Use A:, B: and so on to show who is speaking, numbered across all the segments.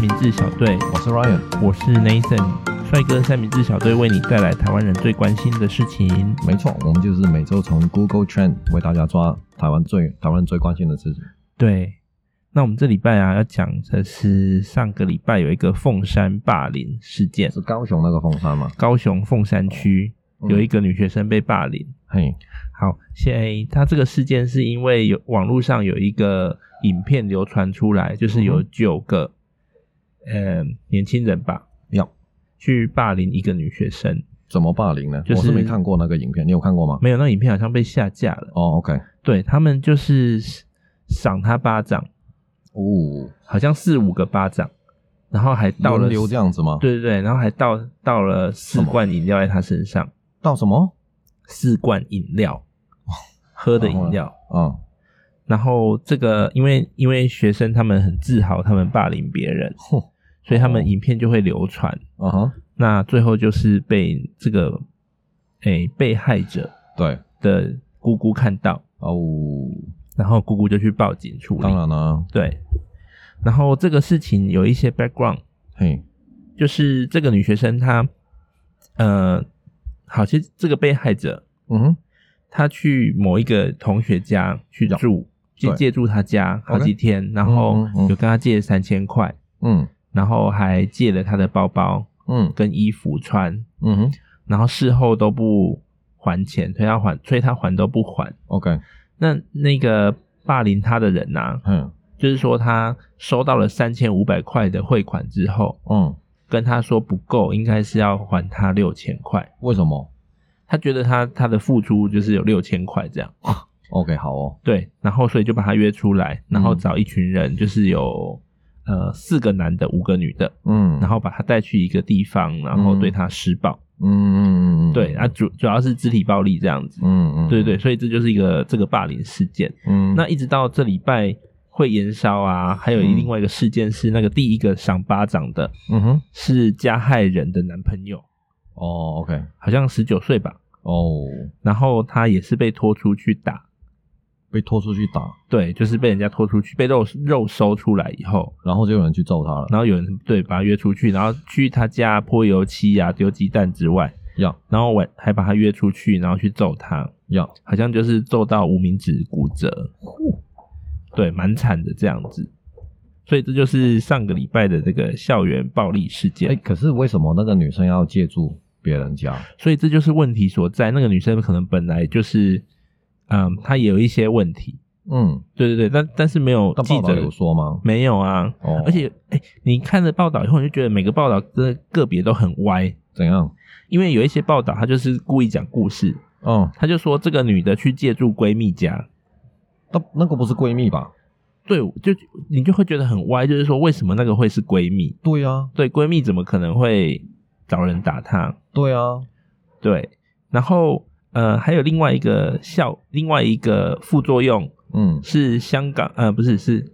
A: 明治小队，
B: 我是 Ryan，
A: 我是 Nathan。帅哥三明治小队为你带来台湾人最关心的事情。
B: 没错，我们就是每周从 Google Trend 为大家抓台湾最台湾人最关心的事情。
A: 对，那我们这礼拜啊要讲的是上个礼拜有一个凤山霸凌事件，
B: 是高雄那个凤山吗？
A: 高雄凤山区
B: 嗯
A: 有一个女学生被霸凌。
B: 嘿，
A: 好，现在他这个事件是因为有网络上有一个影片流传出来，就是有
B: 嗯
A: 九个嗯、呃年轻人吧
B: 要
A: 去霸凌一个女学生，
B: 怎么霸凌呢？
A: 就是
B: 我是没看过那个影片，你有看过吗？
A: 没有，那影片好像被下架了。
B: 哦，OK，
A: 对他们就是赏他巴掌，
B: 哦，
A: 好像四五个巴掌，然后还倒了
B: 轮流这样子吗？，
A: 对对对，然后还倒倒了四
B: 什么
A: 罐饮料在他身上，
B: 到什么？
A: 四罐饮料喝的
B: 然后
A: 饮
B: 呢
A: 料。
B: 嗯，
A: 然后这个因为因为学生他们很自豪，他们霸凌别人，
B: 哼，
A: 所以他们
B: 哦
A: 影片就会流传。
B: 嗯哼，
A: 那最后就是被这个诶被害者
B: 对，
A: 的姑姑看到，
B: 哦，
A: 然后姑姑就去报警处理
B: 当。然啦，
A: 对，然后这个事情有一些 background，
B: 嘿，
A: 就是这个女学生她，呃，好，其实这个被害者
B: 嗯哼，
A: 他去某一个同学家去住，
B: 对
A: 去借住他家好几天，然后
B: 嗯嗯嗯
A: 有跟他借三千块，
B: 嗯
A: 然后还借了他的包包
B: 嗯
A: 跟衣服穿，
B: 嗯哼
A: 然后事后都不还钱，催他还，催他还都不还。
B: ，OK，
A: 那那个霸凌他的人呐、
B: 嗯
A: 就是说他收到了三千五百块的汇款之后，
B: 嗯，
A: 跟他说不够，应该是要还他六千块。
B: 为什么
A: 他觉得他他的付出就是有六千块这样。
B: ？OK，好哦，
A: 对，然后所以就把他约出来，然后
B: 嗯
A: 找一群人，就是有呃四个男的，五个女的，
B: 嗯，
A: 然后把他带去一个地方，然后对
B: 嗯
A: 他施暴，
B: 嗯嗯嗯嗯，
A: 对，啊主主要是肢体暴力这样子，
B: 嗯嗯，
A: 对对，，所以这就是一个这个霸凌事件。
B: 嗯，
A: 那一直到这礼拜会延烧啊，还有
B: 嗯
A: 另外一个事件是那个第一个赏巴掌的
B: 嗯哼，
A: 是加害人的男朋友，
B: 哦，OK，
A: 好像十九岁吧，
B: 哦，
A: 然后他也是被拖出去打。
B: 被拖出去打，
A: 对，就是被人家拖出去，被肉肉搜出来以后，
B: 然后就有人去揍他了，
A: 然后有人对把他约出去，然后去他家泼油漆啊、丢鸡蛋之外，
B: 要
A: 然后我还把他约出去，然后去揍他，
B: 要，
A: 好像就是揍到无名指骨折，对，蛮惨的这样子。所以这就是上个礼拜的这个校园暴力事件，
B: 哎，可是为什么那个女生要借住别人家？
A: 所以这就是问题所在。那个女生可能本来就是，嗯，她也有一些问题，
B: 嗯，
A: 对对对，但但是没有
B: 但
A: 记
B: 报道
A: 者
B: 有说吗？
A: 没有啊，
B: 哦，
A: 而且哎、你看了报道以后，你就觉得每个报道的个别都很歪，
B: 怎样？
A: 因为有一些报道，他就是故意讲故事，
B: 哦，
A: 他就说这个女的去借住闺蜜家，
B: 那那个不是闺蜜吧？
A: 对，就你就会觉得很歪，就是说为什么那个会是闺蜜？
B: 对啊呀，
A: 对，闺蜜怎么可能会找人打她？
B: 对啊呀，
A: 对，然后呃，还有另外一个效，另外一个副作用
B: 嗯，
A: 是香港，呃，不是是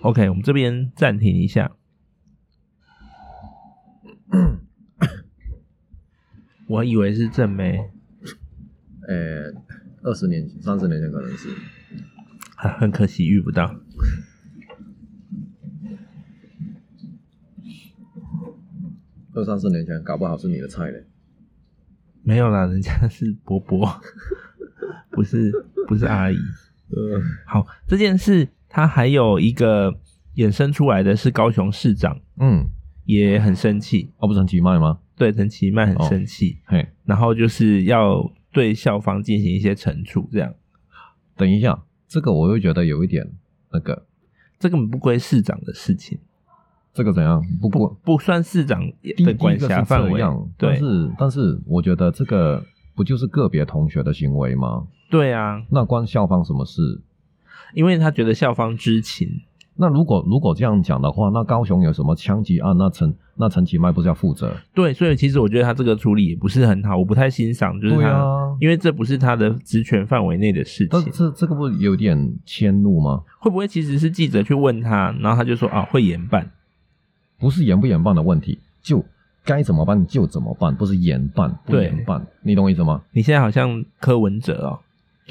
A: ，OK，我们这边暂停一下。 我以为是正妹，
B: 呃，二十年前、三十年前可能是，
A: 很很可惜遇不到。
B: 二三十年前，搞不好是你的菜嘞。
A: 没有啦，人家是伯伯， 不是不是阿姨。
B: 嗯
A: 好，这件事它还有一个衍生出来的是高雄市长
B: 嗯，
A: 也很生气，
B: 哦，不是很奇怪吗？
A: 对陈其迈很
B: 哦
A: 生气，
B: 嘿，
A: 然后就是要对校方进行一些惩处，这样
B: 等一下，这个我又觉得有一点那个，
A: 这根本不归市长的事情，
B: 这个怎样？不过
A: 不算市长
B: 第
A: 的管辖范围。
B: 但
A: 对
B: 是但是我觉得这个不就是个别同学的行为吗？
A: 对啊，
B: 那关校方什么事？
A: 因为他觉得校方知情，
B: 那如果如果这样讲的话，那高雄有什么枪击案？那陈那陈其迈不是要负责？
A: 对，所以其实我觉得他这个处理也不是很好，我不太欣赏，就是
B: 对
A: 他。
B: 啊，
A: 因为这不是他的职权范围内的事
B: 但
A: 情，
B: 这这个不有点迁怒吗？
A: 会不会其实是记者去问他，然后他就说啊会严办，
B: 不是严不严办的问题，就该怎么办就怎么办，不是严办不
A: 对
B: 严办，你懂我意思 吗？
A: 你现在好像柯文哲哦，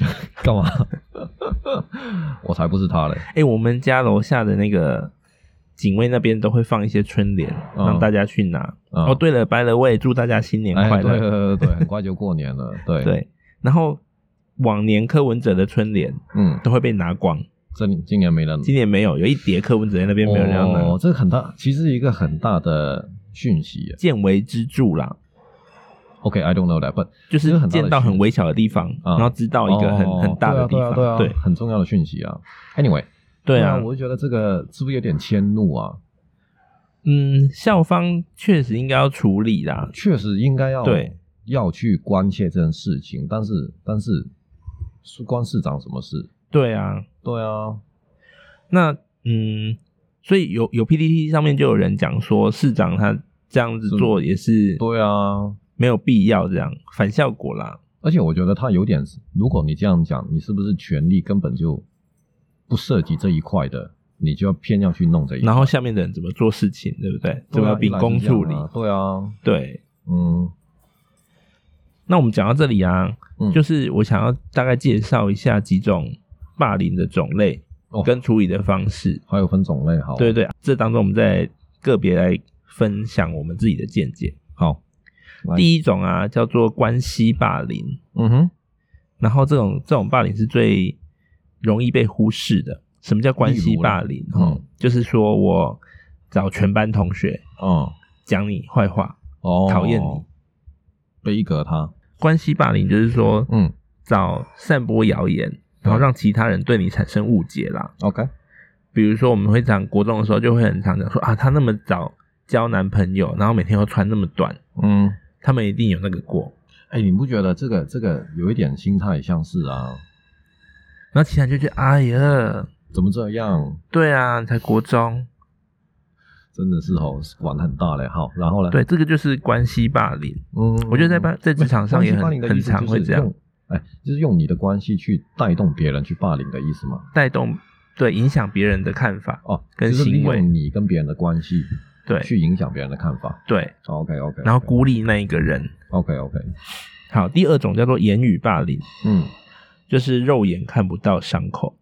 B: 干嘛？我才不是他嘞！
A: 哎，我们家楼下的那个警卫那边都会放一些春联，
B: 嗯
A: 让大家去拿。
B: 嗯
A: 哦，对了，白了我也祝大家新年
B: 哎，
A: 快
B: 对对
A: 乐。
B: 对对，很快就过年了，对，
A: 对，然后往年柯文哲的春联
B: 嗯，
A: 都会被拿光，
B: 这里今年没人，
A: 今年没有，有一叠柯文哲在那边没有人要拿。
B: 哦，这个很大，其实是一个很大的讯息耶。
A: 见微知著啦，
B: OK，I、don't know that，but
A: 就
B: 这
A: 是
B: 个很大的
A: 见到很
B: 讯息
A: 微小的地方，
B: 嗯
A: 然后知道一个很、
B: 哦
A: 很大的地方。
B: 对啊对啊对啊
A: 对
B: 很重要的讯息啊。Anyway，
A: 对啊，
B: 我就觉得这个是不是有点迁怒啊？
A: 嗯，校方确实应该要处理啦。
B: 确实应该要
A: 对
B: 要去关切这件事情，但是但是是关市长什么事？
A: 对啊，
B: 对啊，
A: 那嗯，所以有有 PPT 上面就有人讲说，市长他这样子做也是
B: 对啊，
A: 没有必要，这样反效果啦。
B: 而且我觉得他有点，如果你这样讲，你是不是权力根本就不涉及这一块的，你就要偏要去弄这一块？
A: 然后下面的人怎么做事情，对不对？怎
B: 对
A: 么
B: 啊
A: 秉公处理？
B: 对啊，
A: 对。
B: 嗯，
A: 那我们讲到这里啊，
B: 嗯
A: 就是我想要大概介绍一下几种霸凌的种类
B: 哦
A: 跟处理的方式。
B: 还有分种类，好，
A: 对，对，这当中我们再个别来分享我们自己的见解。
B: 好，来
A: 第一种啊，叫做关系霸凌，
B: 嗯哼，
A: 然后这种这种霸凌是最容易被忽视的。什么叫关系霸凌？
B: 如呢嗯
A: 哦，就是说我找全班同学
B: 哦
A: 讲你坏话，
B: 哦，
A: 讨厌你，
B: 背格他，
A: 关系霸凌就是说
B: 嗯
A: 找散播谣言，然后让其他人对你产生误解啦。
B: ，OK，
A: 比如说我们会讲国中的时候，就会很常讲说啊，她那么早交男朋友，然后每天又穿那么短，
B: 嗯，
A: 他们一定有那个过。
B: 哎，你不觉得这个这个有一点心态像是啊？
A: 然后其他人就觉得哎呀，
B: 怎么这样？
A: 对啊，才国中，
B: 真的是哦，管很大嘞，好，然后呢？
A: 对，，这个就是关系霸凌。
B: 嗯，
A: 我觉得在班在职场上也很
B: 关系霸凌的意思
A: 很常会
B: 就是
A: 这样
B: 用，哎，就是用你的关系去带动别人去霸凌的意思嘛？
A: 带动对影响别人的看法，
B: 哦，
A: 跟
B: 就是利
A: 行为
B: 用你跟别人的关系
A: 对
B: 去影响别人的看法。哦
A: 对，
B: OK OK，
A: 然后孤立那一个人。
B: OK OK，
A: 好，第二种叫做言语霸凌，
B: 嗯
A: 就是肉眼看不到伤口，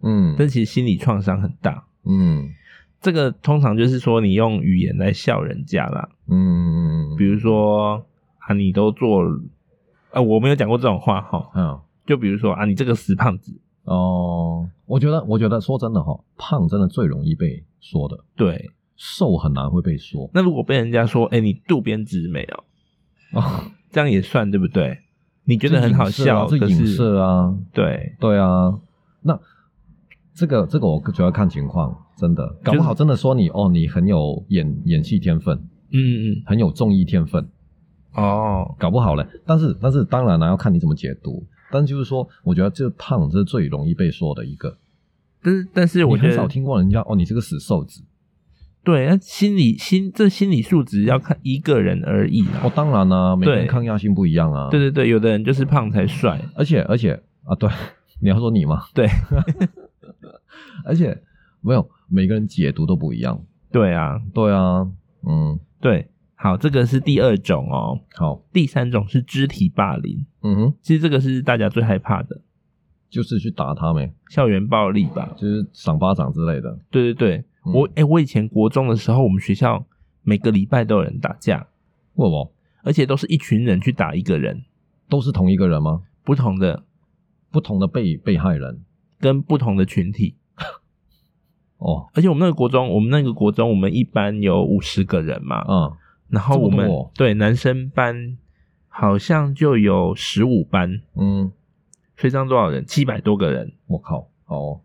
B: 嗯
A: 但其实心理创伤很大。
B: 嗯
A: 这个通常就是说你用语言来笑人家啦，
B: 嗯，
A: 比如说啊，你都做，啊，我没有讲过这种话哈，
B: 嗯
A: 就比如说啊，你这个死胖子，
B: 哦，我觉得我觉得说真的哈、胖真的最容易被说的，
A: 对。
B: 瘦很难会 被说。
A: 那如果被人家说，哎、你渡边直美哦，
B: 哦，
A: 这样也算对不对？你觉得很好笑，
B: 这
A: 可
B: 影
A: 是
B: 射啊，
A: 对
B: 对啊，那这个这个我主要看情况，真的，搞不好真的说你哦，你很有演演戏天分，
A: 嗯嗯
B: 很有综艺天分，嗯
A: 哦，
B: 搞不好嘞。但是但是当然啊了，要看你怎么解读。但就是说，我觉得这胖这是最容易被说的一个。
A: 但是但是我
B: 我
A: 觉
B: 很少
A: 得
B: 听过人家哦，你这个死瘦子。
A: 对，那心理心这心理素质要看一个人而异啦。
B: 哦，当然啦、每个人
A: 对
B: 抗压性不一样啊。
A: 对，对对，有的人就是胖才帅，
B: 而且而且啊，对， 你要说你嘛，
A: 对
B: 而且没有每个人解读都不一样。
A: 对啊，
B: 对啊，嗯，
A: 对，好，这个是第二种哦，
B: 好，
A: 第三种是肢体霸凌，
B: 嗯哼，
A: 其实这个是大家最害怕的
B: 就是去打他们，
A: 校园暴力吧？
B: 就是赏巴掌之类的。
A: 对对对，
B: 嗯
A: 我哎、我以前国中的时候，我们学校每个礼拜都有人打架，
B: 为什么？
A: 而且都是一群人去打一个人，
B: 都是同一个人吗？
A: 不同的
B: 不同的被被害人
A: 跟不同的群体。
B: 哦，
A: 而且我们那个国中，我们那个国中，我们一班有五十个人嘛，
B: 嗯，
A: 然后我们
B: 这么多哦
A: 对男生班好像就有十五班，
B: 嗯，
A: 所以这样多少人？七百多个人。
B: 我靠，哦，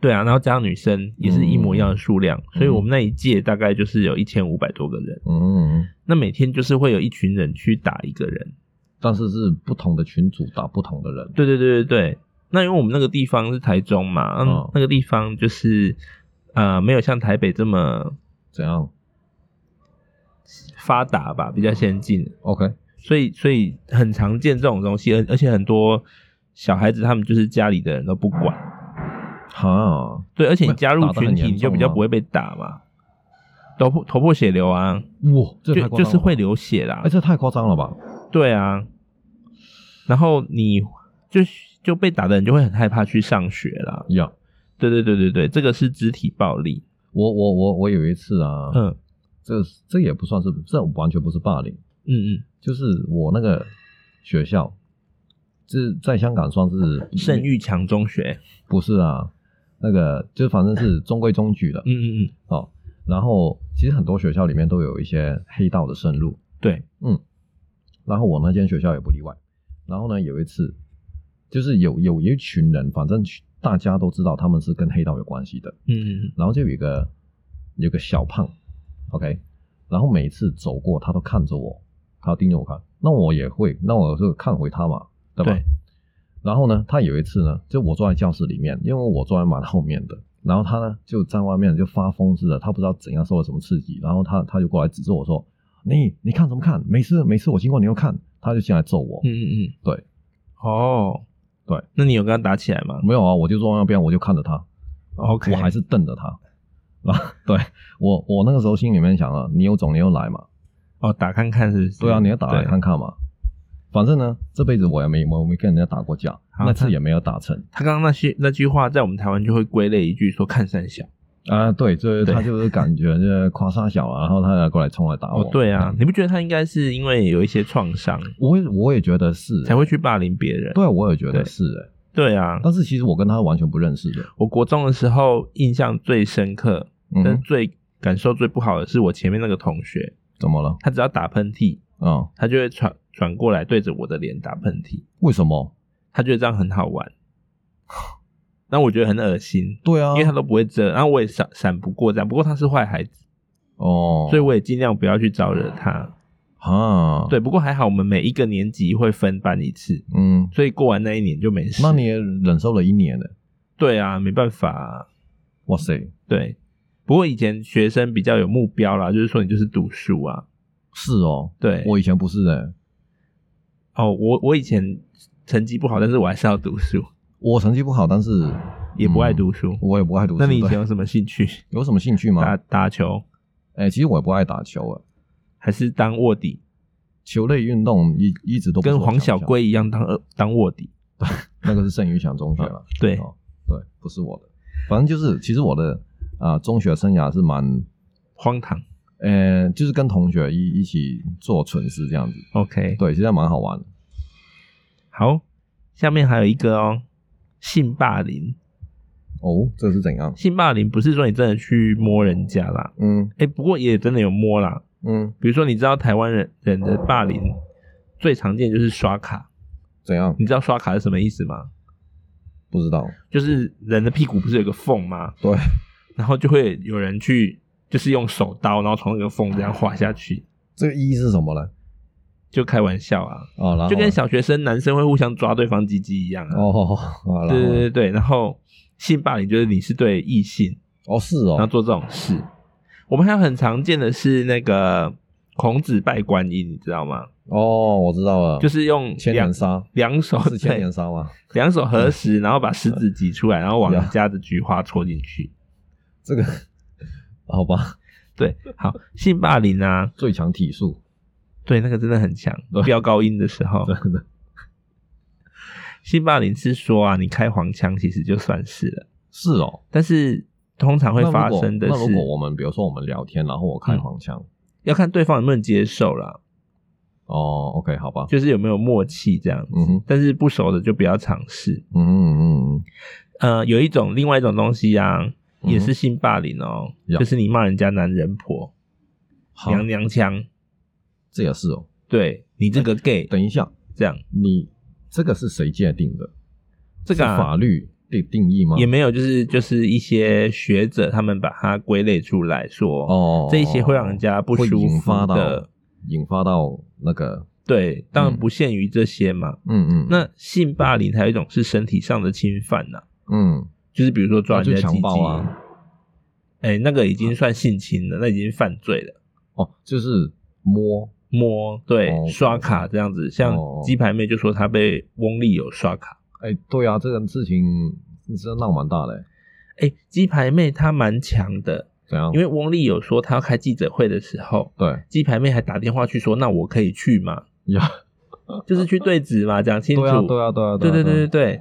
A: 对啊，然后加上女生也是一模一
B: 嗯
A: 样的数量，所以我们那一届大概就是有一千五百多个人。
B: 嗯，
A: 那每天就是会有一群人去打一个人。
B: 但是是不同的群主打不同的人，
A: 对对对对对。那因为我们那个地方是台中嘛，嗯，
B: 嗯
A: 那个地方就是呃没有像台北这么
B: 怎样
A: 发达吧，比较先进。
B: ？OK，
A: 所以所以很常见这种东西，而而且很多小孩子他们就是家里的人都不管，
B: 哈，
A: 对，而且你
B: 喂
A: 加入
B: 打得
A: 群
B: 很
A: 体，
B: 严
A: 你就比
B: 重
A: 较
B: 吗
A: 不会被打嘛，头破头破血流啊，
B: 哇，这
A: 就
B: 太夸张了
A: 就是会，流血啦
B: 哎，，这太夸张了吧？
A: 对啊，然后你就就被打的人就会很害怕去上学啦，
B: 呀、
A: 对对对对对，这个是肢体暴力，
B: 我我我我有一次啊，
A: 嗯
B: 这这也不算是，这完全不是霸凌，
A: 嗯嗯，
B: 就是我那个学校，这在香港算 是
A: 盛玉强中学，
B: 不是啊，那个就反正是中规中矩的
A: 嗯嗯嗯，
B: 哦。然后其实很多学校里面都有一些黑道的深入，
A: 对，
B: 然后我那间学校也不例外。然后呢，有一次就是有有一群人，反正大家都知道他们是跟黑道有关系的。
A: 嗯嗯嗯，
B: 然后就有一个有个小胖，OK，然后每次走过他都看着我，他盯着我看，那我也会，那我就看回他嘛，对吧？
A: 对
B: 然后呢，他有一次呢，就我坐在教室里面，因为我坐在蛮后面的，然后他呢就在外面就发疯似的，他不知道怎样受了什么刺激，然后他他就过来指着我说：“你你看什么看？没事没事，我经过你又看。”他就进来揍我，
A: 嗯嗯嗯，
B: 对，
A: 哦，
B: 对，
A: 那你有跟他打起来吗
B: 没有啊，我就坐在那边，我就看着他，
A: ？OK，
B: 我还是瞪着他。 啊，对我，我那个时候心里面想啊，你有种你就来嘛，
A: 哦打看看是不是？
B: 对啊，你要打来
A: 嗯对
B: 看看嘛。反正呢，这辈子我也没我没跟人家打过架，
A: 好
B: 那次
A: 他
B: 也没有打成。
A: 他刚刚那些那句话，在我们台湾就会归类一句说看三小。
B: 啊，对，就是
A: 对
B: 他就是 感觉就是夸沙小啊，然后他过来冲来打我。
A: 哦，对啊，你不觉得他应该是因为有一些创伤
B: 我也我也觉得是，欸
A: 才会去霸凌别人？
B: 对啊我也觉得
A: 对
B: 是哎，
A: 对啊，
B: 但是其实我跟他完全不认识的。
A: 我国中的时候印象最深刻，
B: 嗯
A: 但
B: 哼，
A: 最感受最不好的是我前面那个同学，
B: 怎么了？
A: 他只要打喷嚏，
B: 嗯，
A: 他就会转转过来对着我的脸打喷嚏，
B: 为什么？
A: 他觉得这样很好 玩，但我觉得很恶心，
B: 对啊
A: 因，为他都不会遮，然后我也闪闪不过这样。不过他是坏孩子，
B: 哦，
A: 所以我也尽量不要去招惹他。
B: 啊，，
A: 对，不过还好我们每一个年级会分班一次，
B: 嗯，
A: 所以过完那一年就没事。
B: 那你也忍受了一年了，
A: 对啊，没办法、啊，
B: 哇塞，
A: 对。不过以前学生比较有目标啦，就是说你就是读书啊，
B: 是哦，
A: 对。
B: 我以前不是哎，
A: 哦，我我以前成绩不好，但是我还是要读书，
B: 我成绩不好，但是
A: 也不爱读书。
B: 嗯我也不爱读书。
A: 那你以前
B: 对
A: 有什么兴趣？
B: 有什么兴趣
A: 打
B: 吗？
A: 打球，
B: 哎、其实我也不爱打球啊，
A: 还是当卧底？
B: 球类运动一一直都不是
A: 跟
B: 我
A: 黄
B: 强
A: 小
B: 项，
A: 龟一样当呃当卧底？
B: 那个是剩余想中学了。
A: 对，
B: 哦，对，不是我的，反正就是其实我的啊、中学生涯是蛮
A: 荒唐。
B: 呃就是跟同学一一起做蠢事这样子，
A: OK，
B: 对，其实还蛮好玩的。
A: 好，下面还有一个哦，性霸凌。
B: 哦，这是怎样？
A: 性霸凌不是说你真的去摸人家啦，
B: 嗯
A: 哎、不过也真的有摸啦。
B: 嗯，
A: 比如说，你知道台湾人人的霸凌最常见就是刷卡，
B: 怎样？
A: 你知道刷卡是什么意思吗？
B: 不知道。
A: 就是人的屁股不是有个缝吗？
B: 对，
A: 然后就会有人去，就是用手刀，然后从那个缝这样划下去，
B: 这个一是什么呢？
A: 就开玩笑啊，
B: 哦，然后
A: 就跟
B: 呢
A: 小学生男生会互相抓对方鸡鸡一样啊。
B: 哦，
A: 对
B: 哦，然
A: 对
B: 后呢
A: 对对，然后性霸凌就是你是对异性，
B: 哦是
A: 然后
B: 哦，
A: 做这种事。我们还有很常见的是那个孔子拜观音，你知道吗？
B: 哦，我知道了，
A: 就是用
B: 千
A: 两
B: 年杀。
A: 两哦手
B: 是千年啊
A: 对
B: 杀吗？
A: 两手合十，然后把食指挤出来，然后往
B: 呀
A: 人家的菊花戳进去。
B: 这个 好吧，
A: 对，好，性霸凌啊，
B: 最强体术，
A: 对，那个真的很强。飙高音的时候，
B: 真的
A: 性霸凌是说啊，你开黄腔其实就算是了，
B: 是哦。
A: 但是通常会
B: 那如
A: 发
B: 果
A: 生的
B: 那如
A: 是嗯
B: 果我们比如说我们聊天，然后我开黄腔，
A: 要看对方有没有接受啦，
B: 哦，OK，好吧，
A: 就是有没有默契这样子。
B: 嗯哼，
A: 但是不熟的就不要尝试。
B: 嗯嗯嗯嗯，
A: 呃，有一种另外一种东西啊，也
B: 嗯
A: 是性霸凌哦，
B: 呀
A: 就是你骂人家男人婆、
B: 好，
A: 娘娘腔，
B: 这也是哦。
A: 对你这个 gay
B: 等一下，
A: 这样，
B: 你这个是谁界定的？
A: 这个
B: 是法
A: 啊
B: 律定定义吗？
A: 也没有，就是就是一些学者他们把它归类出来说，
B: 哦，
A: 这一些会让人家不
B: 会
A: 舒
B: 引
A: 服
B: 发
A: 的
B: 到，引发到那个，
A: 对，当然
B: 嗯
A: 不限于这些嘛。
B: 嗯嗯，
A: 那性霸凌还有一种是身体上的侵犯呐、
B: 嗯，
A: 就是比如说抓
B: 那
A: 人
B: 就
A: 家鸡
B: 强
A: 鸡，
B: 暴啊，
A: 哎、那个已经算性侵了，那已经犯罪了。
B: 哦，就是摸，
A: 摸对、
B: 哦
A: 刷卡这样子，像
B: 哦
A: 鸡排妹就说她被翁立友刷卡。
B: 哎，对啊，这个事情真的闹蛮大的，
A: 哎、鸡排妹她蛮强的，
B: 怎样？
A: 因为翁立友说她要开记者会的时候，
B: 对
A: 鸡排妹还打电话去说：“那我可以去吗？
B: 呀，
A: 就是去对质嘛，讲清楚。
B: 对啊，对啊，对啊，
A: 对
B: 啊
A: 对对对
B: 啊
A: 对，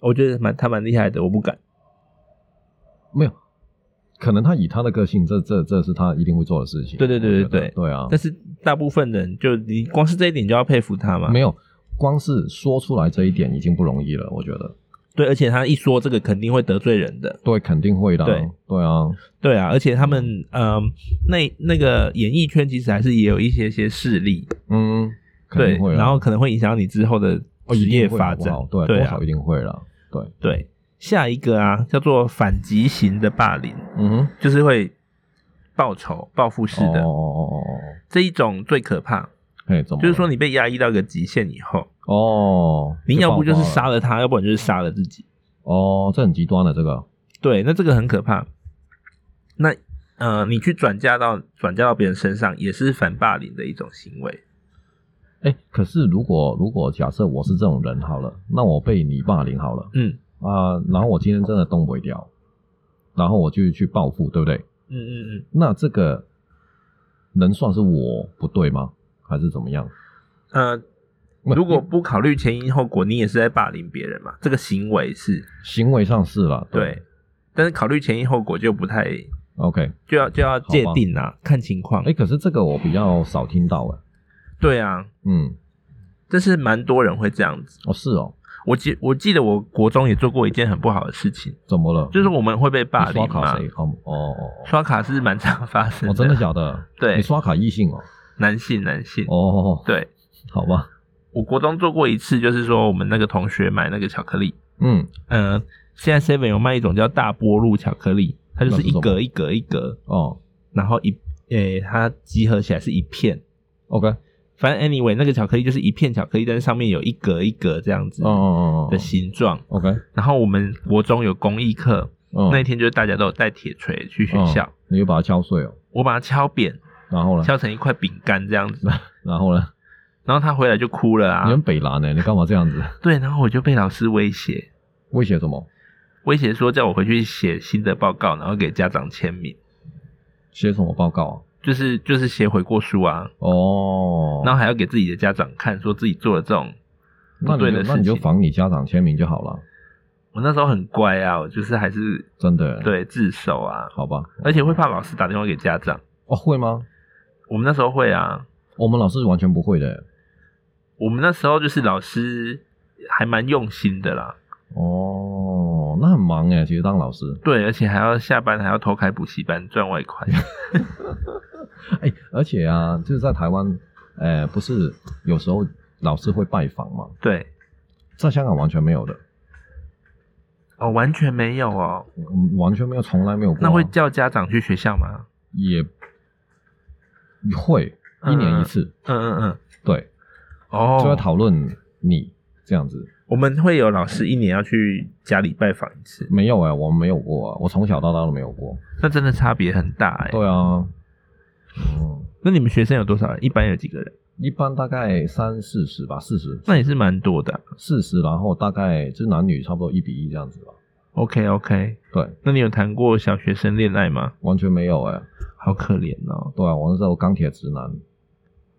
A: 我觉得蛮他蛮厉害的，我不敢。
B: 没有。可能他以他的个性，这这这是他一定会做的事情。
A: 对对对对
B: 我觉得
A: 对
B: 对啊！
A: 但是大部分人就你光是这一点就要佩服他嘛
B: 没，有，光是说出来这一点已经不容易了，我觉得。
A: 对，而且他一说这个肯定会得罪人的，
B: 对，肯定会的啊。
A: 对
B: 对啊，
A: 对啊，而且他们呃那那个演艺圈其实还是也有一些些势力，
B: 嗯，肯
A: 对
B: 定会，啊。
A: 然后可能会影响你之后的
B: 哦
A: 职
B: 一
A: 业
B: 定会
A: 发
B: 好不
A: 展
B: 好，对，
A: 对
B: 多
A: 啊
B: 少一，定会了。对，
A: 对，下一个啊叫做反击型的霸凌，
B: 嗯哼，
A: 就是会报仇报复式的、
B: 哦哦哦哦哦哦，
A: 这一种最可怕，
B: 嘿，怎么了？
A: 就是说你被压抑到一个极限以后，
B: 哦，
A: 你要不就是
B: 爆
A: 杀
B: 发了
A: 了他，要不然就是杀了自己。
B: 哦，这很极端的这个，
A: 对，那这个很可怕。那呃，你去转嫁到转嫁到别人身上，也是反霸凌的一种行为。
B: 哎，可是如果如果假设我是这种人好了，那我被你霸凌好了
A: 嗯
B: 啊、然后我今天真的动不掉，然后我就去报复，对不对？
A: 嗯嗯嗯，
B: 那这个能算是我不对吗？还是怎么样？
A: 呃，
B: 不
A: 如果不考虑前因后果，你也是在霸凌别人嘛？这个行为是
B: 行为上是了，
A: 对，但是考虑前因后果就不太
B: ，OK，
A: 就要就要界
B: 好吧
A: 定啊，看情况。
B: 哎，可是这个我比较少听到哎，
A: 对啊，
B: 嗯，
A: 这是蛮多人会这样子。
B: 哦是哦，
A: 我记我记得我国中也做过一件很不好的事情，
B: 怎么了？
A: 就是我们会被霸
B: 你
A: 凌
B: 刷
A: 嘛
B: 卡。谁？哦哦哦哦
A: 刷卡是蛮常发生
B: 哦，
A: 的，
B: 真的假的？
A: 对
B: 你刷卡异性哦，
A: 男性男性，
B: 哦哦，哦
A: 对
B: 好吧，
A: 我国中做过一次，就是说我们那个同学买那个巧克力，
B: 嗯，
A: 嗯、现在 Seven 有卖一种叫大波路巧克力，它就是一
B: 那是什
A: 格一格一格，
B: 哦
A: 然后一诶、它集合起来是一片。
B: ，OK，哦
A: 反正 anyway，那个巧克力就是一片巧克力，但是上面有一格一格这样子
B: 哦哦哦
A: 的形状。
B: 哦，OK，
A: 然后我们国中有公益课，
B: 嗯，
A: 那一天就是大家都有带铁锤去学校，
B: 你就把它敲碎哦，
A: 我把它敲扁，
B: 然后呢？
A: 敲成一块饼干这 样子。
B: 然后呢？
A: 然后他回来就哭了
B: 你
A: 啊
B: 很，北蓝呢，你干嘛这样子？
A: 对，然后我就被老师威胁，
B: 威胁什么？
A: 威胁说叫我回去写新的报告，然后给家长签名，
B: 写什么报告啊？
A: 就是就是写悔过书啊，
B: 哦，
A: 然后还要给自己的家长看，说自己做了这种
B: 那
A: 不对
B: 你
A: 的
B: 就
A: 事
B: 那你就
A: 情。
B: 仿你家长签名就好了，
A: 我那时候很乖啊，我就是还是
B: 真的，，
A: 对自首啊，
B: 好吧？
A: 而且会怕老师打电话给家长。
B: 哦，会吗？
A: 我们那时候会啊，
B: 我们老师完全不会的，
A: 我们那时候就是老师还蛮用心的啦，
B: 哦，那很忙哎，其实当老师，
A: 对，而且还要下班还要偷开补习班赚外 快。
B: 哎，而且啊，就是在台湾，呃，不是有时候老师会拜访嘛，
A: 对，
B: 在香港完全没有的，
A: 哦，完全没有哦。
B: 嗯完全没有，从来没有过啊。
A: 那会叫家长去学校吗？
B: 也会一年一次，
A: 嗯嗯嗯，
B: 对，
A: 哦，
B: 就会讨论你这样子。
A: 我们会有老师一年要去家里拜访一次，
B: 没有哎、我们没有过啊，我从小到大都没有过。
A: 那真的差别很大哎、
B: 对啊，嗯，
A: 那你们学生有多少人？一般有几个人？
B: 一般大概三四十吧，四十，
A: 那也是蛮多的啊、
B: 四十，然后大概就男女差不多一比一这样子吧。
A: OK OK，
B: 对，
A: 那你有谈过小学生恋爱吗？
B: 完全没有哎、
A: 好可怜哦！
B: 对啊，我那时候钢铁直男，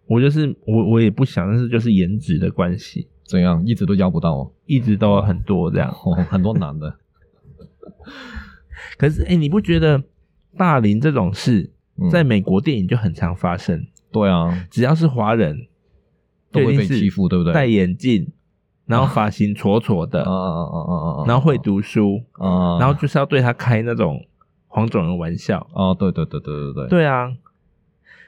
A: 我就是我，我也不想，但是就是颜值的关系，
B: 怎样一直都要不到 哦，
A: 一直都有很多这样。
B: 哦很多男的，
A: 可是哎、诶你不觉得霸凌这种事
B: 嗯、
A: 在美国电影就很常发生？
B: 对啊，
A: 只要是华人，
B: 都
A: 就一
B: 会
A: 定
B: 被
A: 是
B: 欺负，对不对？
A: 戴眼镜，然后发型挫挫的，
B: 啊啊啊啊啊啊啊，
A: 然后会读书，
B: 啊，
A: 然后就是要对他开那种黄种人玩笑。
B: 啊，对对对对对对。
A: 对啊，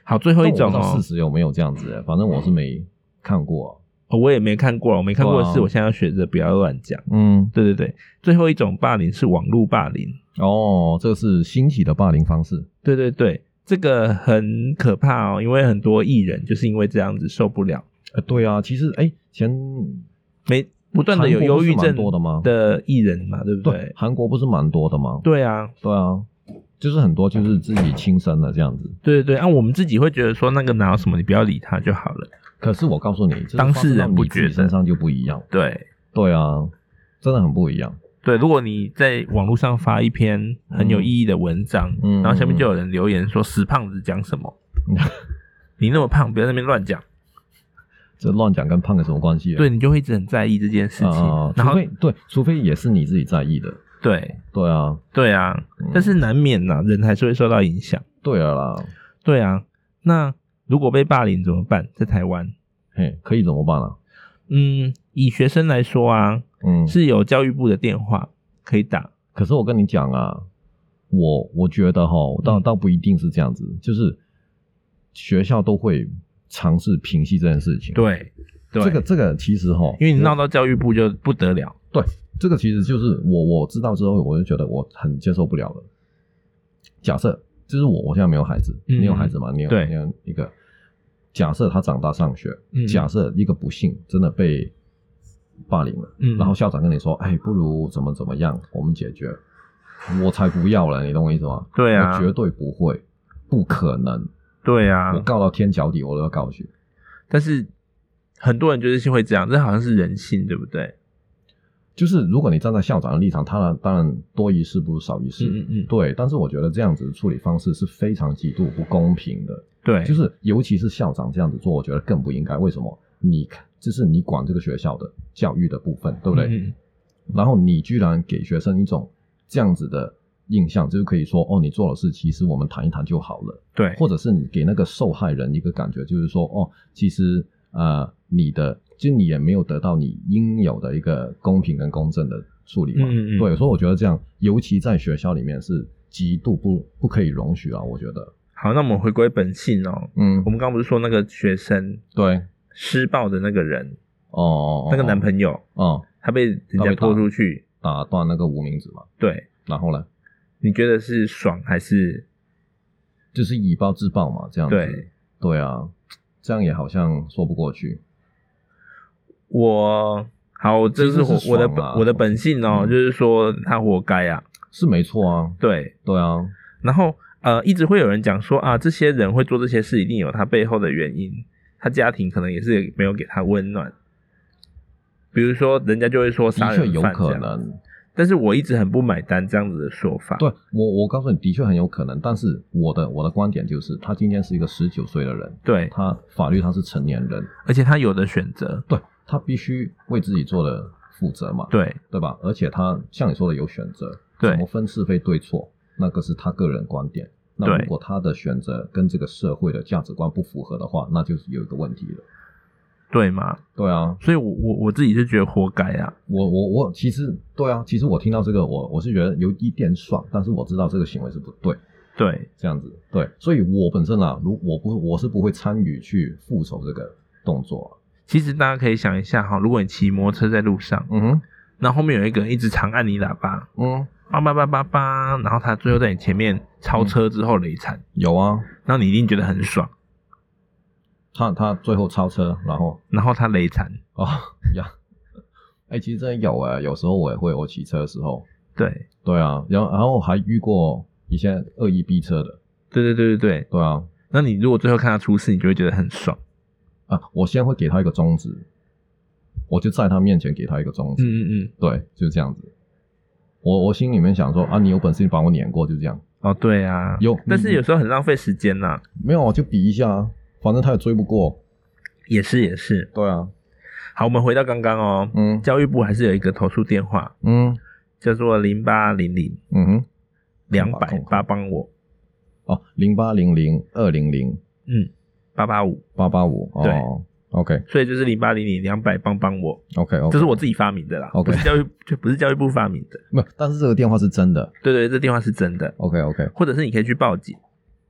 A: 好，最后一
B: 但我不知
A: 种
B: 道
A: 哦
B: 事，实有没有这样子、欸？反正我是没看过、啊。
A: 哦我也没看过，我没看过的
B: 对
A: 事，
B: 啊
A: 我现在要学着不要乱讲。
B: 嗯，
A: 对对对，最后一种霸凌是网络霸凌。
B: 哦，这是新奇的霸凌方式。
A: 对对对，这个很可怕哦，因为很多艺人就是因为这样子受不了，
B: 呃，对啊，其实哎、前
A: 没不断的有
B: 韩
A: 忧
B: 国不是
A: 郁症
B: 蛮多的吗
A: 的艺人嘛，对不
B: 对
A: 对？
B: 韩国不是蛮多的吗？
A: 对啊，
B: 对啊，就是很多就是自己亲生的这样子。
A: 对对对，啊，我们自己会觉得说那个哪有什么，你不要理他就好了。
B: 可是我告诉你，就是
A: 当
B: 发生
A: 事人
B: 到你
A: 不
B: 自
A: 觉
B: 己
A: 得
B: 身上就不一样。
A: 对，
B: 对啊，真的很不一样。
A: 对，如果你在网络上发一篇很有意义的文章，
B: 嗯
A: 然后下面就有人留言说“死胖子讲什么
B: 嗯？
A: 你那么胖，不要在那边乱 讲。
B: 这乱讲跟胖有什么关系、啊？
A: 对，你就会一直很在意这件事情。
B: 啊、
A: 然
B: 除
A: 后
B: 非对，除非也是你自己在意的。
A: 对
B: 对啊，
A: 对啊，
B: 嗯
A: 但是难免呐、人还是会受到影响。
B: 对了啦，
A: 对啊，那如果被霸凌怎么办？在台湾，
B: 嘿，可以怎么办啊？
A: 嗯，以学生来说啊，
B: 嗯，
A: 是有教育部的电话可以打。
B: 可是我跟你讲啊，我我觉得哈，倒
A: 嗯
B: 倒不一定是这样子，就是学校都会尝试平息这件事情。，
A: 对，对，
B: 这个这个其实哈，
A: 因为你
B: 我
A: 闹到教育部就不得了。
B: 这个其实就是我我知道之后，我就觉得我很接受不了了。假设就是我我现在没有孩子，
A: 嗯
B: 你有孩子吗？你有
A: 对
B: 你有一个假设他长大上学，
A: 嗯
B: 假设一个不幸真的被霸凌了，
A: 嗯
B: 然后校长跟你说，哎，不如怎么怎么样，我们解决。我才不要了，你懂我意思吗？
A: 对啊
B: 我绝对不会，不可能，
A: 对啊
B: 我，告到天脚底我都要告去。
A: 但是很多人就是会这样，这好像是人性，对不对？
B: 就是如果你站在校长的立场，当然当然多一事不如少一事，
A: 嗯嗯嗯，
B: 对，但是我觉得这样子的处理方式是非常极度不公平的，
A: 对，
B: 就是尤其是校长这样子做，我觉得更不应该。为什么？你就是你管这个学校的教育的部分，对不对？
A: 嗯嗯
B: 然后你居然给学生一种这样子的印象，就是可以说哦，你做的事其实我们谈一谈就好了，
A: 对，
B: 或者是你给那个受害人一个感觉，就是说哦，其实呃，你的就你也没有得到你应有的一个公平跟公正的处理嘛。
A: 嗯嗯嗯
B: 对，所以我觉得这样，尤其在学校里面是极度不不可以容许啊，我觉得。
A: 好，那我们回归本性哦。
B: 嗯
A: 我，们刚刚不是说那个学生
B: 对，
A: 施暴的那个人，
B: 哦，
A: 那个男朋友，
B: 哦，
A: 他被人
B: 他
A: 家
B: 被打
A: 拖出去，
B: 打断那个无名指嘛，
A: 对，
B: 然后呢，
A: 你觉得是爽还是
B: 就是以暴制暴嘛，这样子。
A: 对？
B: 对啊，这样也好像说不过去。
A: 我好，这是我
B: 其实是
A: 我的
B: 爽啊
A: 本我的本性哦，
B: 嗯
A: 就是说他活该啊，
B: 是没错啊，
A: 对。
B: 对啊，
A: 然后呃，一直会有人讲说啊，这些人会做这些事，一定有他背后的原因，他家庭可能也是没有给他温暖。比如说，人家就会说杀
B: 的确
A: 人
B: 有
A: 犯这
B: 可
A: 样
B: 能。
A: 但是我一直很不买单这样子的说法。
B: 对我，我告诉你，的确很有可能。但是我的我的观点就是，他今天是一个十九岁的人，
A: 对，
B: 他法律他是成年人，
A: 而且他有的选择，
B: 对他必须为自己做的负责嘛，
A: 对
B: 对吧？而且他像你说的有选择，
A: 对
B: 怎么分是非对错，那个是他个人观点。那
A: 对
B: 如果他的选择跟这个社会的价值观不符合的话，那就是有一个问题了。
A: 对嘛，
B: 对啊，
A: 所以我我我自己是觉得活该啊，
B: 我我我其实对啊，其实我听到这个，我我是觉得有一点爽，但是我知道这个行为是不对。
A: 对
B: 这样子，对，所以我本身啊，如我不我是不会参与去复仇这个动作、啊
A: 其实大家可以想一下哈，如果你骑摩托车在路上，
B: 嗯哼，
A: 那后面有一个人一直长按你喇叭，
B: 嗯，
A: 叭叭叭叭叭，然后他最后在你前面超车之后累惨，
B: 有啊，
A: 然后你一定觉得很爽，
B: 他他最后超车，然后
A: 然后他累惨，
B: 啊、呀，哎、其实真的有哎、有时候我也会，我骑车的时候，
A: 对
B: 对啊，然后然后还遇过一些恶意逼车的，
A: 对对对对对，
B: 对啊，
A: 那你如果最后看他出事，你就会觉得很爽，
B: 啊，我先会给他一个中指，我就在他面前给他一个中指，
A: 嗯嗯嗯，
B: 对，就这样子。我我心里面想说啊，你有本事你把我碾过，就这样。
A: 哦对啊，
B: 有
A: 但是有时候很浪费时间呐、
B: 没有啊，就比一下啊，反正他也追不过。
A: 也是也是。
B: 对啊，
A: 好，我们回到刚刚哦，
B: 嗯
A: 教育部还是有一个投诉电话，
B: 嗯
A: 叫做零八零零
B: 嗯哼，
A: 两百八帮我，
B: 哦，零八零零二零零
A: 嗯，八八五，
B: 八八五，
A: 对
B: 哦，OK
A: 所以就是零八零零两百帮帮我，
B: OK OK，
A: 这是我自己发明的啦
B: OK
A: 不是教育就不是教育部发明的，
B: 没有，但是这个电话是真的
A: 对对，这电话是真的，
B: ，OK OK，
A: 或者是你可以去报警，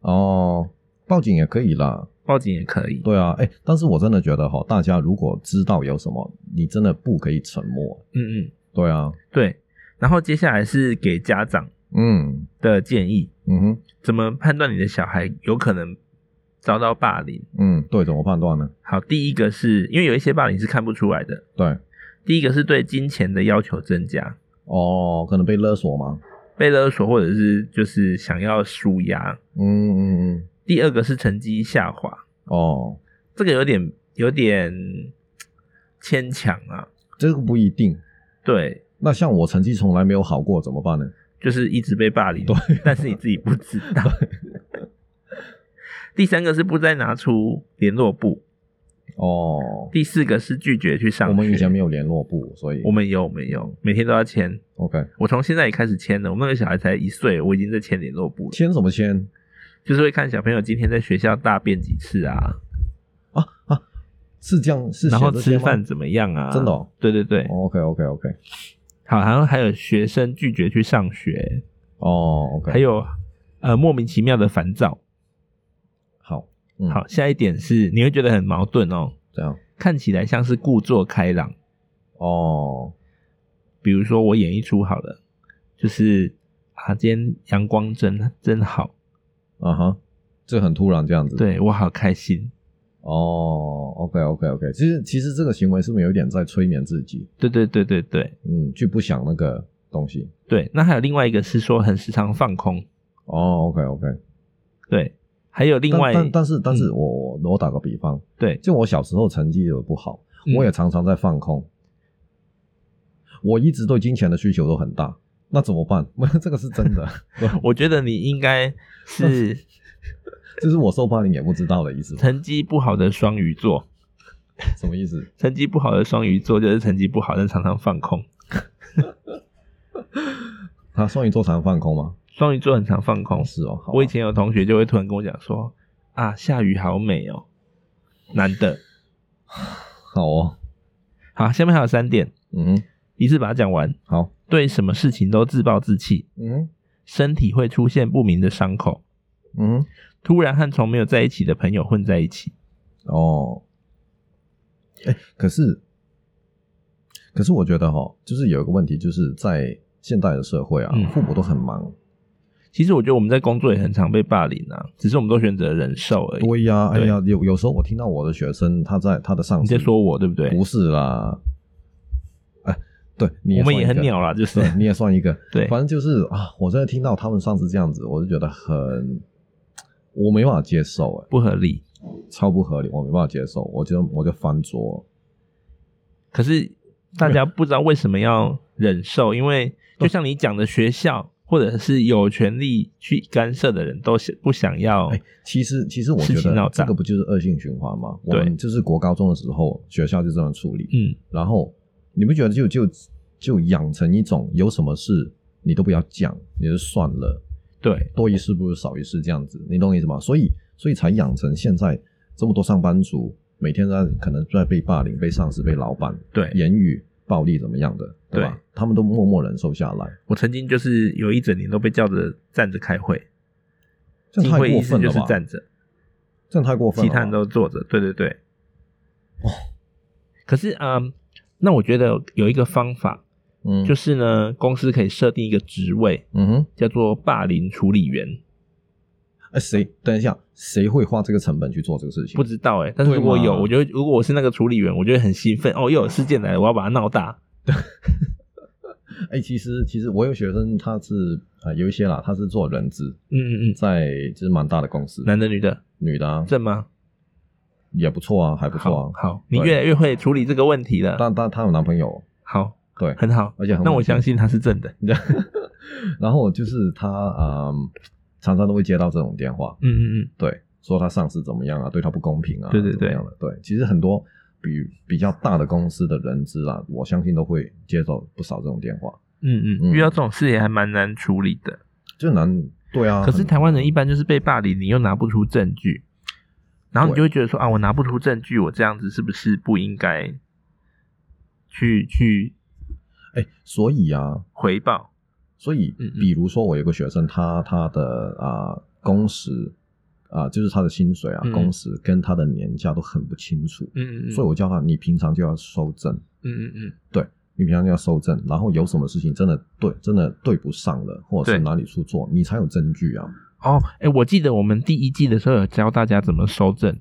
B: 哦，报警也可以啦，
A: 报警也可以，
B: 对啊，哎，但是我真的觉得哈，大家如果知道有什么，你真的不可以沉默，
A: 嗯嗯，
B: 对啊，
A: 对，然后接下来是给家长
B: 嗯
A: 的建议，
B: 嗯哼
A: 怎么判断你的小孩有可能遭到霸凌？
B: 嗯，对，怎么判断呢？
A: 好，第一个是因为有一些霸凌是看不出来的，
B: 对，
A: 第一个是对金钱的要求增加，
B: 哦，可能被勒索吗？
A: 被勒索或者是就是想要舒压。
B: 嗯嗯嗯，
A: 第二个是成绩下滑，
B: 哦，
A: 这个有点有点嘖牵强啊。
B: 这个不一定。
A: 对，
B: 那像我成绩从来没有好过怎么办呢？
A: 就是一直被霸凌，
B: 对
A: 但是你自己不知 道。第三个是不再拿出联络簿，
B: 哦，
A: 第四个是拒绝去上
B: 我
A: 学。
B: 们以前没有联络部，所以
A: 我们有，我们有，每天都要签。
B: OK
A: 我从现在也开始签了。我们那个小孩才一岁，我已经在签联络簿了，
B: 签什么签
A: 就是会看小朋友今天在学校大便几次啊，
B: 啊啊？是这样是写
A: 然后
B: 这些
A: 吃
B: 吗
A: 饭怎么样啊？
B: 真的哦
A: 对对对，
B: ？OK OK OK
A: 好，然后还有学生拒绝去上学，
B: 哦 OK，
A: 还有呃莫名其妙的烦躁。
B: 好嗯
A: 好，下一点是你会觉得很矛盾哦，
B: 这样
A: 看起来像是故作开朗。
B: 哦
A: 比如说我演一出好了，就是啊，今天阳光真真好，
B: 啊哈，这很突然这样子。
A: 对我好开心。
B: 哦，OK OK OK，其实其实这个行为是不是有点在催眠自己？
A: 对对对对对
B: 嗯，去不想那个东西。
A: 对。那还有另外一个是说很时常放空，
B: 哦，OK OK，
A: 对。还有另
B: 但
A: 外
B: 但但是但是
A: 嗯
B: 我我我打个比方，
A: 对，
B: 就我小时候成绩有不好，
A: 嗯
B: 我也常常在放空，我一直对金钱的需求都很大，那怎么办？ 这个是真的，
A: 我觉得你应该是
B: 这是我受霸凌也不知道的意思吗，
A: 成绩不好的双鱼座，
B: 什么意思？
A: 成绩不好的双鱼座就是成绩不好，但常常放空。
B: 他双鱼座常放空吗？
A: 双鱼座很常放空
B: 哦，，是哦，好吧
A: 我以前有同学就会突然跟我讲说：“啊，下雨好美哦，男的。
B: 好哦，”
A: 好，下面还有三点，
B: 嗯哼，
A: 一次把它讲完。
B: 好，
A: 对什么事情都自暴自弃，
B: 嗯哼
A: 身体会出现不明的伤口，
B: 嗯哼，
A: 突然和从没有在一起的朋友混在一起。
B: 哦，哎，可是，可是我觉得哈、就是有一个问题，就是在现代的社会啊，
A: 嗯
B: 父母都很忙，
A: 其实我觉得我们在工作也很常被霸凌啊，只是我们都选择忍受而已。
B: 对呀、哎
A: 对
B: 呀，有有时候我听到我的学生他在他的上
A: 你
B: 司
A: 在说我对不对？
B: 不是啦，哎，对，你
A: 我们
B: 算
A: 也
B: 一
A: 很
B: 个，嗯
A: 鸟啦，就是
B: 对，你也算一个，
A: 对
B: 反正就是啊，我真的听到他们上次这样子，我就觉得很，我没办法接受，哎，
A: 不合理。
B: 超不合理，我没办法接受，我就我就翻桌，
A: 可是大家不知道为什么要忍受，因为就像你讲的，学校或者是有权利去干涉的人都想不想要
B: 哎，其实其实我觉
A: 事情闹
B: 得
A: 大
B: 这个不就是恶性循环吗？我
A: 对
B: 们就是国高中的时候，学校就这样处理，
A: 嗯，
B: 然后你不觉得就就就养成一种有什么事你都不要讲，你就算了。
A: 对，
B: 多一事不如少一事这样子，你懂我意思吗？所以，所以才养成现在这么多上班族每天在可能在被霸凌、被上司、被老板
A: 对
B: 言语暴力怎么样的，对吧？
A: 对
B: 他们都默默忍受下来，
A: 我曾经就是有一整年都被叫着站着开会，
B: 这
A: 进
B: 样太
A: 会
B: 过
A: 议室
B: 分
A: 就
B: 了
A: 是
B: 吧？
A: 站着，
B: 这样太过分
A: 其
B: 了吧。
A: 他人都坐着。对对对。
B: 哦。
A: 可是啊、嗯那我觉得有一个方法，
B: 嗯，
A: 就是是呢，公司可以设定一个职位，
B: 嗯哼，
A: 叫做霸凌处理员。
B: 哎，谁？等一下，谁会花这个成本去做这个事情？
A: 不知道哎、但是如果
B: 对
A: 有，
B: 嘛
A: 我觉得如果我是那个处理员，我觉得很兴奋哦，又有事件来了，我要把它闹大。
B: 哎，其实其实我有学生，他是啊、呃有一些啦，他是做人资，
A: 嗯嗯嗯，
B: 在就是蛮大的公司，
A: 男的女的
B: 女的、啊、
A: 正吗？
B: 也不错啊，还不错啊。
A: 好，好，你
B: 对
A: 越来越会处理这个问题了。
B: 但但她有男朋友，
A: 好，
B: 对，
A: 很好，
B: 而且很
A: 那我
B: 稳定
A: 相信他是正的。
B: 然后就是他啊、嗯常常都会接到这种电话，
A: 嗯嗯嗯，
B: 对，说他上司怎么样啊，对他不公平啊，
A: 对对
B: 怎么样的，对，其实很多比比较大的公司的人资啊，我相信都会接到不少这种电话，
A: 嗯嗯，
B: 嗯
A: 遇到这种事也还蛮难处理的。
B: 就难，对啊，
A: 可是
B: 很
A: 台湾人一般就是被霸凌，你又拿不出证据，然后你
B: 对
A: 就会觉得说啊，我拿不出证据，我这样子是不是不应该去去
B: 哎，所以啊，
A: 回报？
B: 所以
A: 嗯嗯
B: 比如说我有个学生，他他的啊、工时啊、就是他的薪水啊、
A: 嗯
B: 工时跟他的年假都很不清楚，
A: 嗯嗯嗯，
B: 所以我叫他你平常就要收证。
A: 嗯嗯嗯，
B: 你平常要收证，然后有什么事情真的对真的对不上了，或者是
A: 对
B: 哪里出错，你才有证据啊。
A: 哦，哎，我记得我们第一季的时候有教大家怎么收证，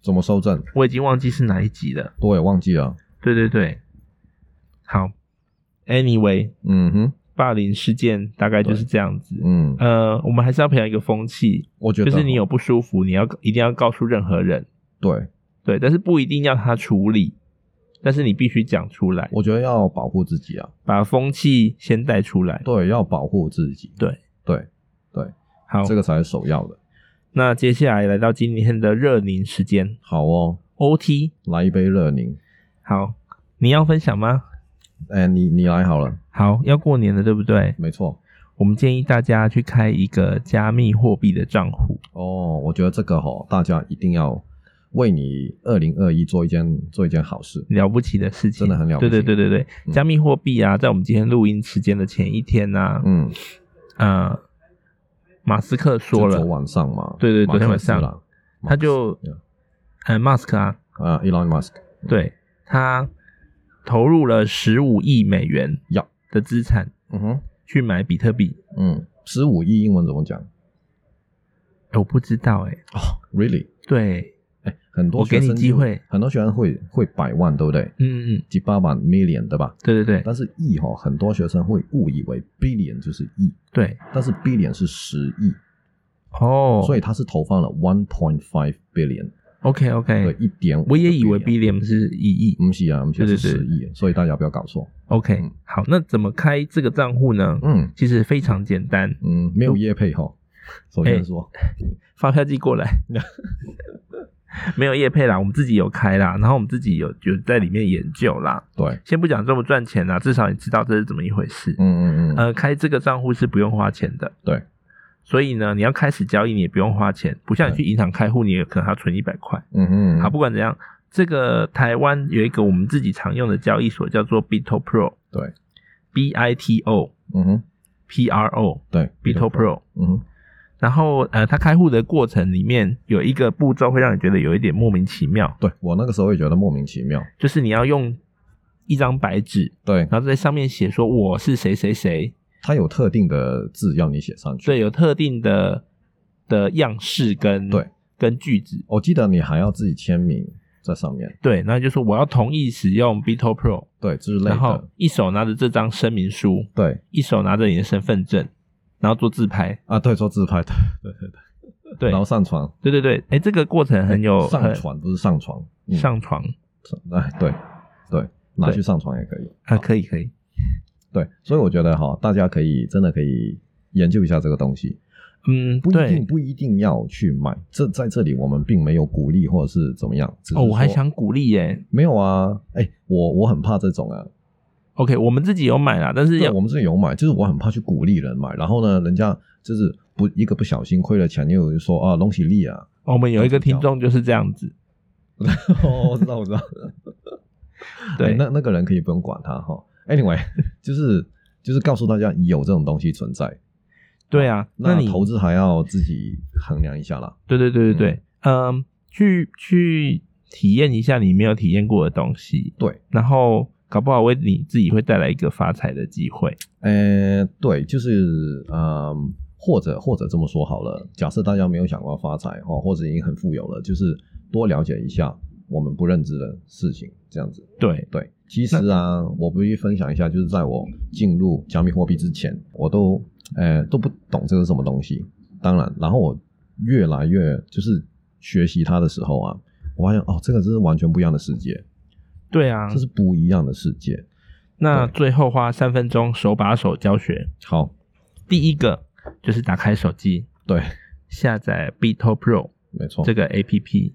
B: 怎么收证？
A: 我已经忘记是哪一集了。
B: 我也忘记啊了。
A: 对对对，好，anyway，
B: 嗯哼，
A: 霸凌事件大概就是这样子。
B: 嗯，
A: 呃，我们还是要培养一个风气，
B: 我觉
A: 就
B: 得
A: 是你有
B: 哈
A: 不舒服，你要一定要告诉任何人。
B: 对，
A: 对，但是不一定要他处理，但是你必须讲出来，
B: 我觉得要保护自己啊，
A: 把风气先带出来。
B: 对，要保护自己，
A: 对
B: 对，
A: 好，
B: 这个才是首要的。
A: 那接下来来到今天的热凝时间，
B: 好哦，
A: OT。
B: 来一杯热柠。
A: 好，你要分享吗？
B: 哎，你你来好了，
A: 好，要过年了，对不对？
B: 没错。
A: 我们建议大家去开一个加密货币的账户。
B: 哦，我觉得这个吼，大家一定要为你二零二一做一件做一件好事。
A: 了不起的事情，
B: 真的很了不起
A: 对对对对对，
B: 嗯
A: 加密货币啊，在我们今天录音时间的前一天呢、
B: 嗯，
A: 呃，马斯克说
B: 就昨
A: 了，
B: 晚上嘛，
A: 对对昨天晚上
B: 马克思啦
A: 他就
B: 马克思
A: 呃，Musk 啊，
B: 啊，Elon Musk
A: 对他投入了十五亿美元
B: 呀，
A: 的资产
B: 嗯哼，
A: 去买比特币。
B: 嗯，十五亿英文怎么讲？
A: 哦哎我不知道哎、
B: 哦，really？
A: 对，
B: 哎，很多
A: 我给
B: 学
A: 你
B: 生
A: 机
B: 就
A: 会
B: 很多学生会会百万，对不对？
A: 嗯嗯嗯，
B: 几百万 million 对吧？
A: 对对对
B: 但是亿哈，很多学生会误以为 billion 就是亿，
A: 对，
B: 但是 billion 是十亿，
A: 哦，
B: 所
A: 以
B: 以他是投放了 one point five billion，
A: OK
B: 对
A: OK，，
B: 一点。
A: 我也以为
B: 啊
A: billion 是一亿。
B: 不是啊，不是
A: 对对
B: 是
A: 对
B: 十亿，所以大家不要搞错。
A: OK，
B: 嗯
A: 好，那怎么开这个账户呢？
B: 嗯
A: 其实非常简单，
B: 嗯，没有业配哈。
A: 哎
B: 首先说，
A: 发票寄过 来。没有业配啦，我们自己有开啦，然后我们自己有有在里面研究啦。
B: 对，
A: 先不讲赚不赚钱啦，至少你知道这是怎么一回事。
B: 嗯嗯嗯，
A: 呃，开这个账户是不用花钱的，
B: 对，
A: 所以呢，你要开始交易你也不用花钱，不像你去银行开户，你也可能要存一百块。
B: 嗯嗯，嗯
A: 好，，不管怎样，这个台湾有一个我们自己常用的交易所叫做 Bito Pro，B
B: 对，
A: I T O
B: 嗯哼，
A: P R O
B: 对
A: Bito Pro，
B: 嗯哼，
A: 然后呃，他开户的过程里面有一个步骤会让你觉得有一点莫名其妙，
B: 对我那个时候也觉得莫名其妙。
A: 就是你要用一张白纸，
B: 对，
A: 然后在上面写说我是谁谁谁，
B: 它有特定的字要你写上去。
A: 所以有特定的的样式跟
B: 对
A: 跟句子，
B: 我记得你还要自己签名在上面，
A: 对，然后就说我要同意使用 Bito Pro，
B: 对之类
A: 然后
B: 的。
A: 一手拿着这张声明书，
B: 对
A: 一手拿着你的身份证，然后做自拍，
B: 啊，对，做自拍的，对对对，
A: 对
B: 然后上传，
A: 对对对，哎，这个过程很有
B: 哎上
A: 很
B: 传不是上床，嗯
A: 上床
B: 上哎，对对，拿去上床也可以。
A: 啊，可以可以，
B: 对，所以我觉得哈，大家可以真的可以研究一下这个东西，
A: 嗯，
B: 不一
A: 对
B: 定。不一定要去买。这在这里我们并没有鼓励或者是怎么样。只是
A: 哦，我还
B: 说
A: 想鼓励耶。
B: 没有啊，哎，我我很怕这种啊，
A: OK，我们自己有买啦，但是
B: 嗯对，
A: 要
B: 我们是有买，就是我很怕去鼓励人买，然后呢，人家就是不一个不小心亏了钱，又说啊龙喜利啊，
A: 哦我们有一个听众就是这样子，
B: 哦，我知道我知 道，
A: 对
B: 哎，那那个人可以不用管他哈。Anyway，就是 就是告诉大家有这种东西存在，
A: 对啊，那你
B: 投资还要自己衡量一下啦。
A: 对对对对对，嗯，去去体验一下你没有体验过的东西，
B: 对，
A: 然后搞不好为你自己会带来一个发财的机会。
B: 呃，对，就是嗯，或者或者这么说好了，假设大家没有想过发财哦，或者已经很富有了，就是多了解一下我们不认知的事情，这样子。
A: 对，
B: 对，其实啊，我必须分享一下，就是在我进入加密货币之前，我都呃都不懂这个是什么东西。当然，然后我越来越就是学习它的时候啊，我发现哦，这个真是完全不一样的世界，
A: 对啊
B: 这，是不一样的世界。
A: 那
B: 对
A: 最后花三分钟手把手教学，
B: 好，
A: 第一个就是打开手机
B: 对，
A: 下载 Bito Pro
B: 没错，
A: 这个 APP，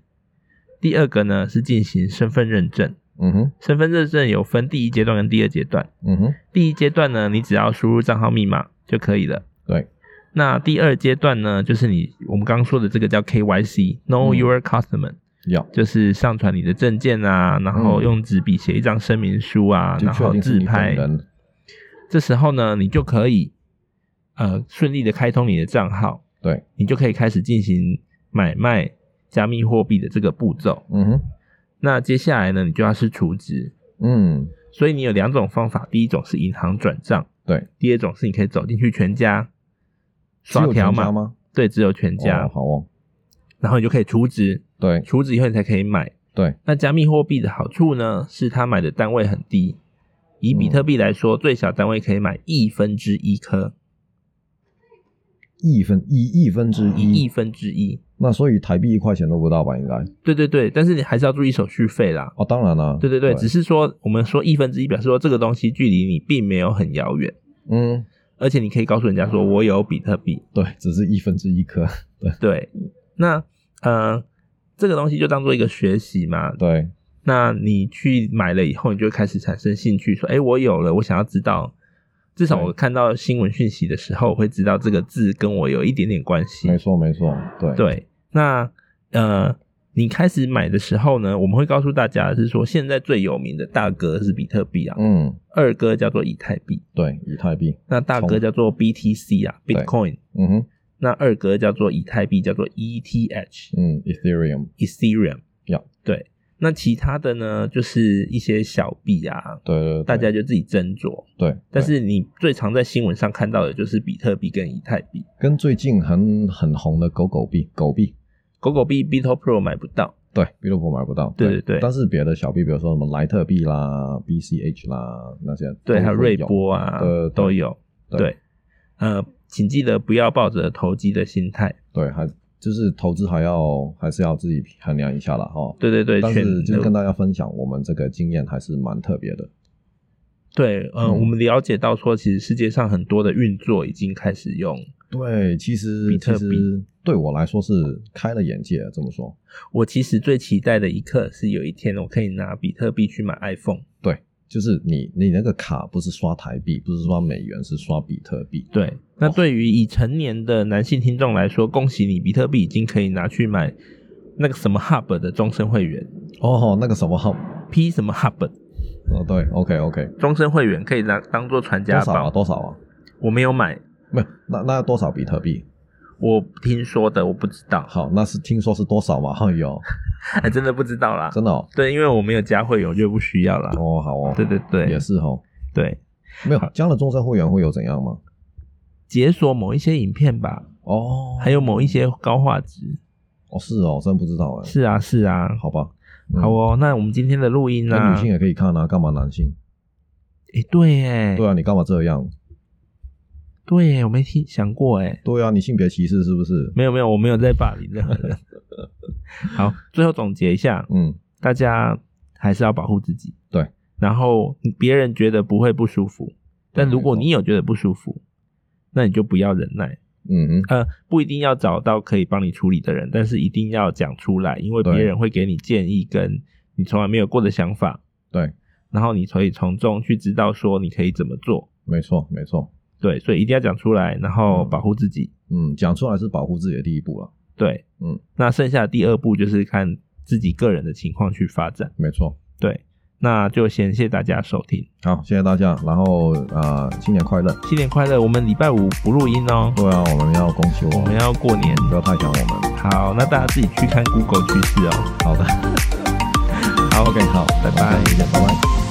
A: 第二个呢是进行身份认证，
B: 嗯哼，
A: 身份认证有分第一阶段跟第二阶段。
B: 嗯哼，
A: 第一阶段呢，你只要输入账号密码就可以了。
B: 对，
A: 那第二阶段呢，就是你我们刚刚说的这个叫 KYC（Know
B: 嗯
A: Your Customer），、
B: 要
A: 就是上传你的证件啊，然后
B: 嗯
A: 用纸笔写一张声明书啊，
B: 就
A: 然
B: 嗯确
A: 后
B: 定是
A: 自
B: 你本
A: 拍。
B: 人，
A: 这时候呢，你就可以呃顺利的开通你的账号，
B: 对，
A: 你就可以开始进行买卖加密货币的这个步骤。
B: 嗯哼，
A: 那接下来呢，你就要是储值，
B: 嗯，
A: 所以你有两种方法，第一种是银行转账，
B: 对，
A: 第二种是你可以走进去全家
B: 只
A: 刷
B: 有
A: 条
B: 全家
A: 码，
B: 吗？
A: 对，只有全家，
B: 哦好哦，
A: 然后你就可以储值，
B: 对
A: 储值以后你才可以买。
B: 对，
A: 那加密货币的好处呢，是它买的单位很低，以
B: 嗯
A: 比特币来说，最小单位可以买亿分之一颗，
B: 亿分一亿分之
A: 一亿
B: 一，
A: 分之一。
B: 那所以台币一块钱都不到吧？应该
A: 对对对，但是你还是要注意手续费啦。
B: 哦，当然啦，
A: 对对对，只是说我们说一分之一，表示说这个东西距离你并没有很遥远，
B: 嗯，
A: 而且你可以告诉人家说我有比特币，
B: 对，只是一分之一颗。
A: 对，那呃，这个东西就当做一个学习嘛。
B: 对，
A: 那你去买了以后，你就会开始产生兴趣，说：“哎、我有了，我想要知道。”至少
B: 对
A: 我看到新闻讯息的时候，我会知道这个字跟我有一点点关系。
B: 没错没错，对
A: 对，那呃，你开始买的时候呢，我们会告诉大家的是说，现在最有名的大哥是比特币啊，
B: 嗯，
A: 二哥叫做以太币，
B: 对，以太币，
A: 那大哥
B: 从
A: 叫做 BTC 啊
B: 对
A: ，Bitcoin，
B: 嗯哼，
A: 那二哥叫做以太币，叫做 E ETH，Ethereum、
B: 嗯，Ethereum，Yeah
A: 对，那其他的呢，就是一些小币啊，
B: 对对对，
A: 大家就自己斟酌。
B: 对，
A: 但
B: 对
A: 是你最常在新闻上看到的就是比特币跟以太币，
B: 跟最近很很红的狗狗币，狗币。
A: 狗狗币 Bitto Pro 买不到，
B: 对，比特币买不到。
A: 对对对
B: 但是别的小币，比如说什么莱特币啦、BCH 啦那些，
A: 对，还有瑞
B: 波。
A: 波啊
B: 对对
A: 都有。
B: 对
A: 对，呃，请记得不要抱着投机的心态。
B: 对，还就是投资还要还是要自己衡量一下了哈。
A: 对对对，
B: 但是
A: 全
B: 就是跟大家分享，我们这个经验还是蛮特别的。
A: 对，呃，
B: 嗯
A: 我们了解到说，其实世界上很多的运作已经开始用。
B: 对，其实
A: 比
B: 其
A: 特币
B: 实对我来说是开了眼界，啊这么说。
A: 我其实最期待的一刻是有一天我可以拿比特币去买 iPhone。
B: 就是你你那个卡不是刷台币，不是刷美元，是刷比特币。
A: 对，
B: 哦
A: 那对于已成年的男性听众来说，恭喜你，比特币已经可以拿去买那个什么 Hub 的终身会员
B: 哦，那个什么号？
A: ，P 什么 Hub
B: 哦，对，OK OK，
A: 终身会员可以拿当做传
B: 多
A: 家
B: 少啊？
A: 宝。
B: 多少啊？
A: 我没有买，
B: 没有，那那要多少比特币？
A: 我听说的，我不知道，
B: 好，那是听说是多少嘛？ 哎呦，
A: 还真的不知道啦。
B: 真的哦，
A: 对，因为我没有加会员，我就不需要啦。
B: 哦好哦，
A: 对对对，
B: 也是哦。
A: 对，
B: 没有加了终身会员会有怎样吗？
A: 解锁某一些影片吧，
B: 哦，
A: 还有某一些高画质。
B: 哦是哦，真不知道哎。
A: 是啊，是啊。
B: 好吧，嗯
A: 好哦，那我们今天的录音呢、
B: 那
A: 啊？
B: 女性也可以看啊，干嘛男性？
A: 诶对耶，
B: 对啊，你干嘛这样？
A: 对耶，我没听想过哎。
B: 对啊，你性别歧视是不是？
A: 没有没有，我没有在霸凌任何人。 好，最后总结一下，
B: 嗯，
A: 大家还是要保护自己。
B: 对，
A: 然后别人觉得不会不舒服，但如果
B: 没错
A: 你有觉得不舒服，那你就不要忍耐。
B: 嗯哼，
A: 呃，不一定要找到可以帮你处理的人，但是一定要讲出来，因为别
B: 对
A: 人会给你建议，跟你从来没有过的想法，
B: 对，
A: 然后你可以从中去知道说你可以怎么做。
B: 没错没错，
A: 对，所以一定要讲出来，然后
B: 嗯
A: 保护自己。
B: 嗯，讲出来是保护自己的第一步了，
A: 对，
B: 嗯，
A: 那剩下的第二步就是看自己个人的情况去发展。
B: 没错。
A: 对，那就先谢谢大家收听，
B: 好，谢谢大家，然后啊、呃新年快乐！
A: 新年快乐！我们礼拜五不录音哦，
B: 对啊，我们要恭喜
A: 我
B: 我
A: 们
B: 们，
A: 要过年。
B: 不要太想我们。
A: 好，那大家自己去看 Google 趋势哦。
B: 好的
A: 好
B: ，OK，好，
A: 拜
B: 我们下
A: 拜
B: 次。见，拜拜。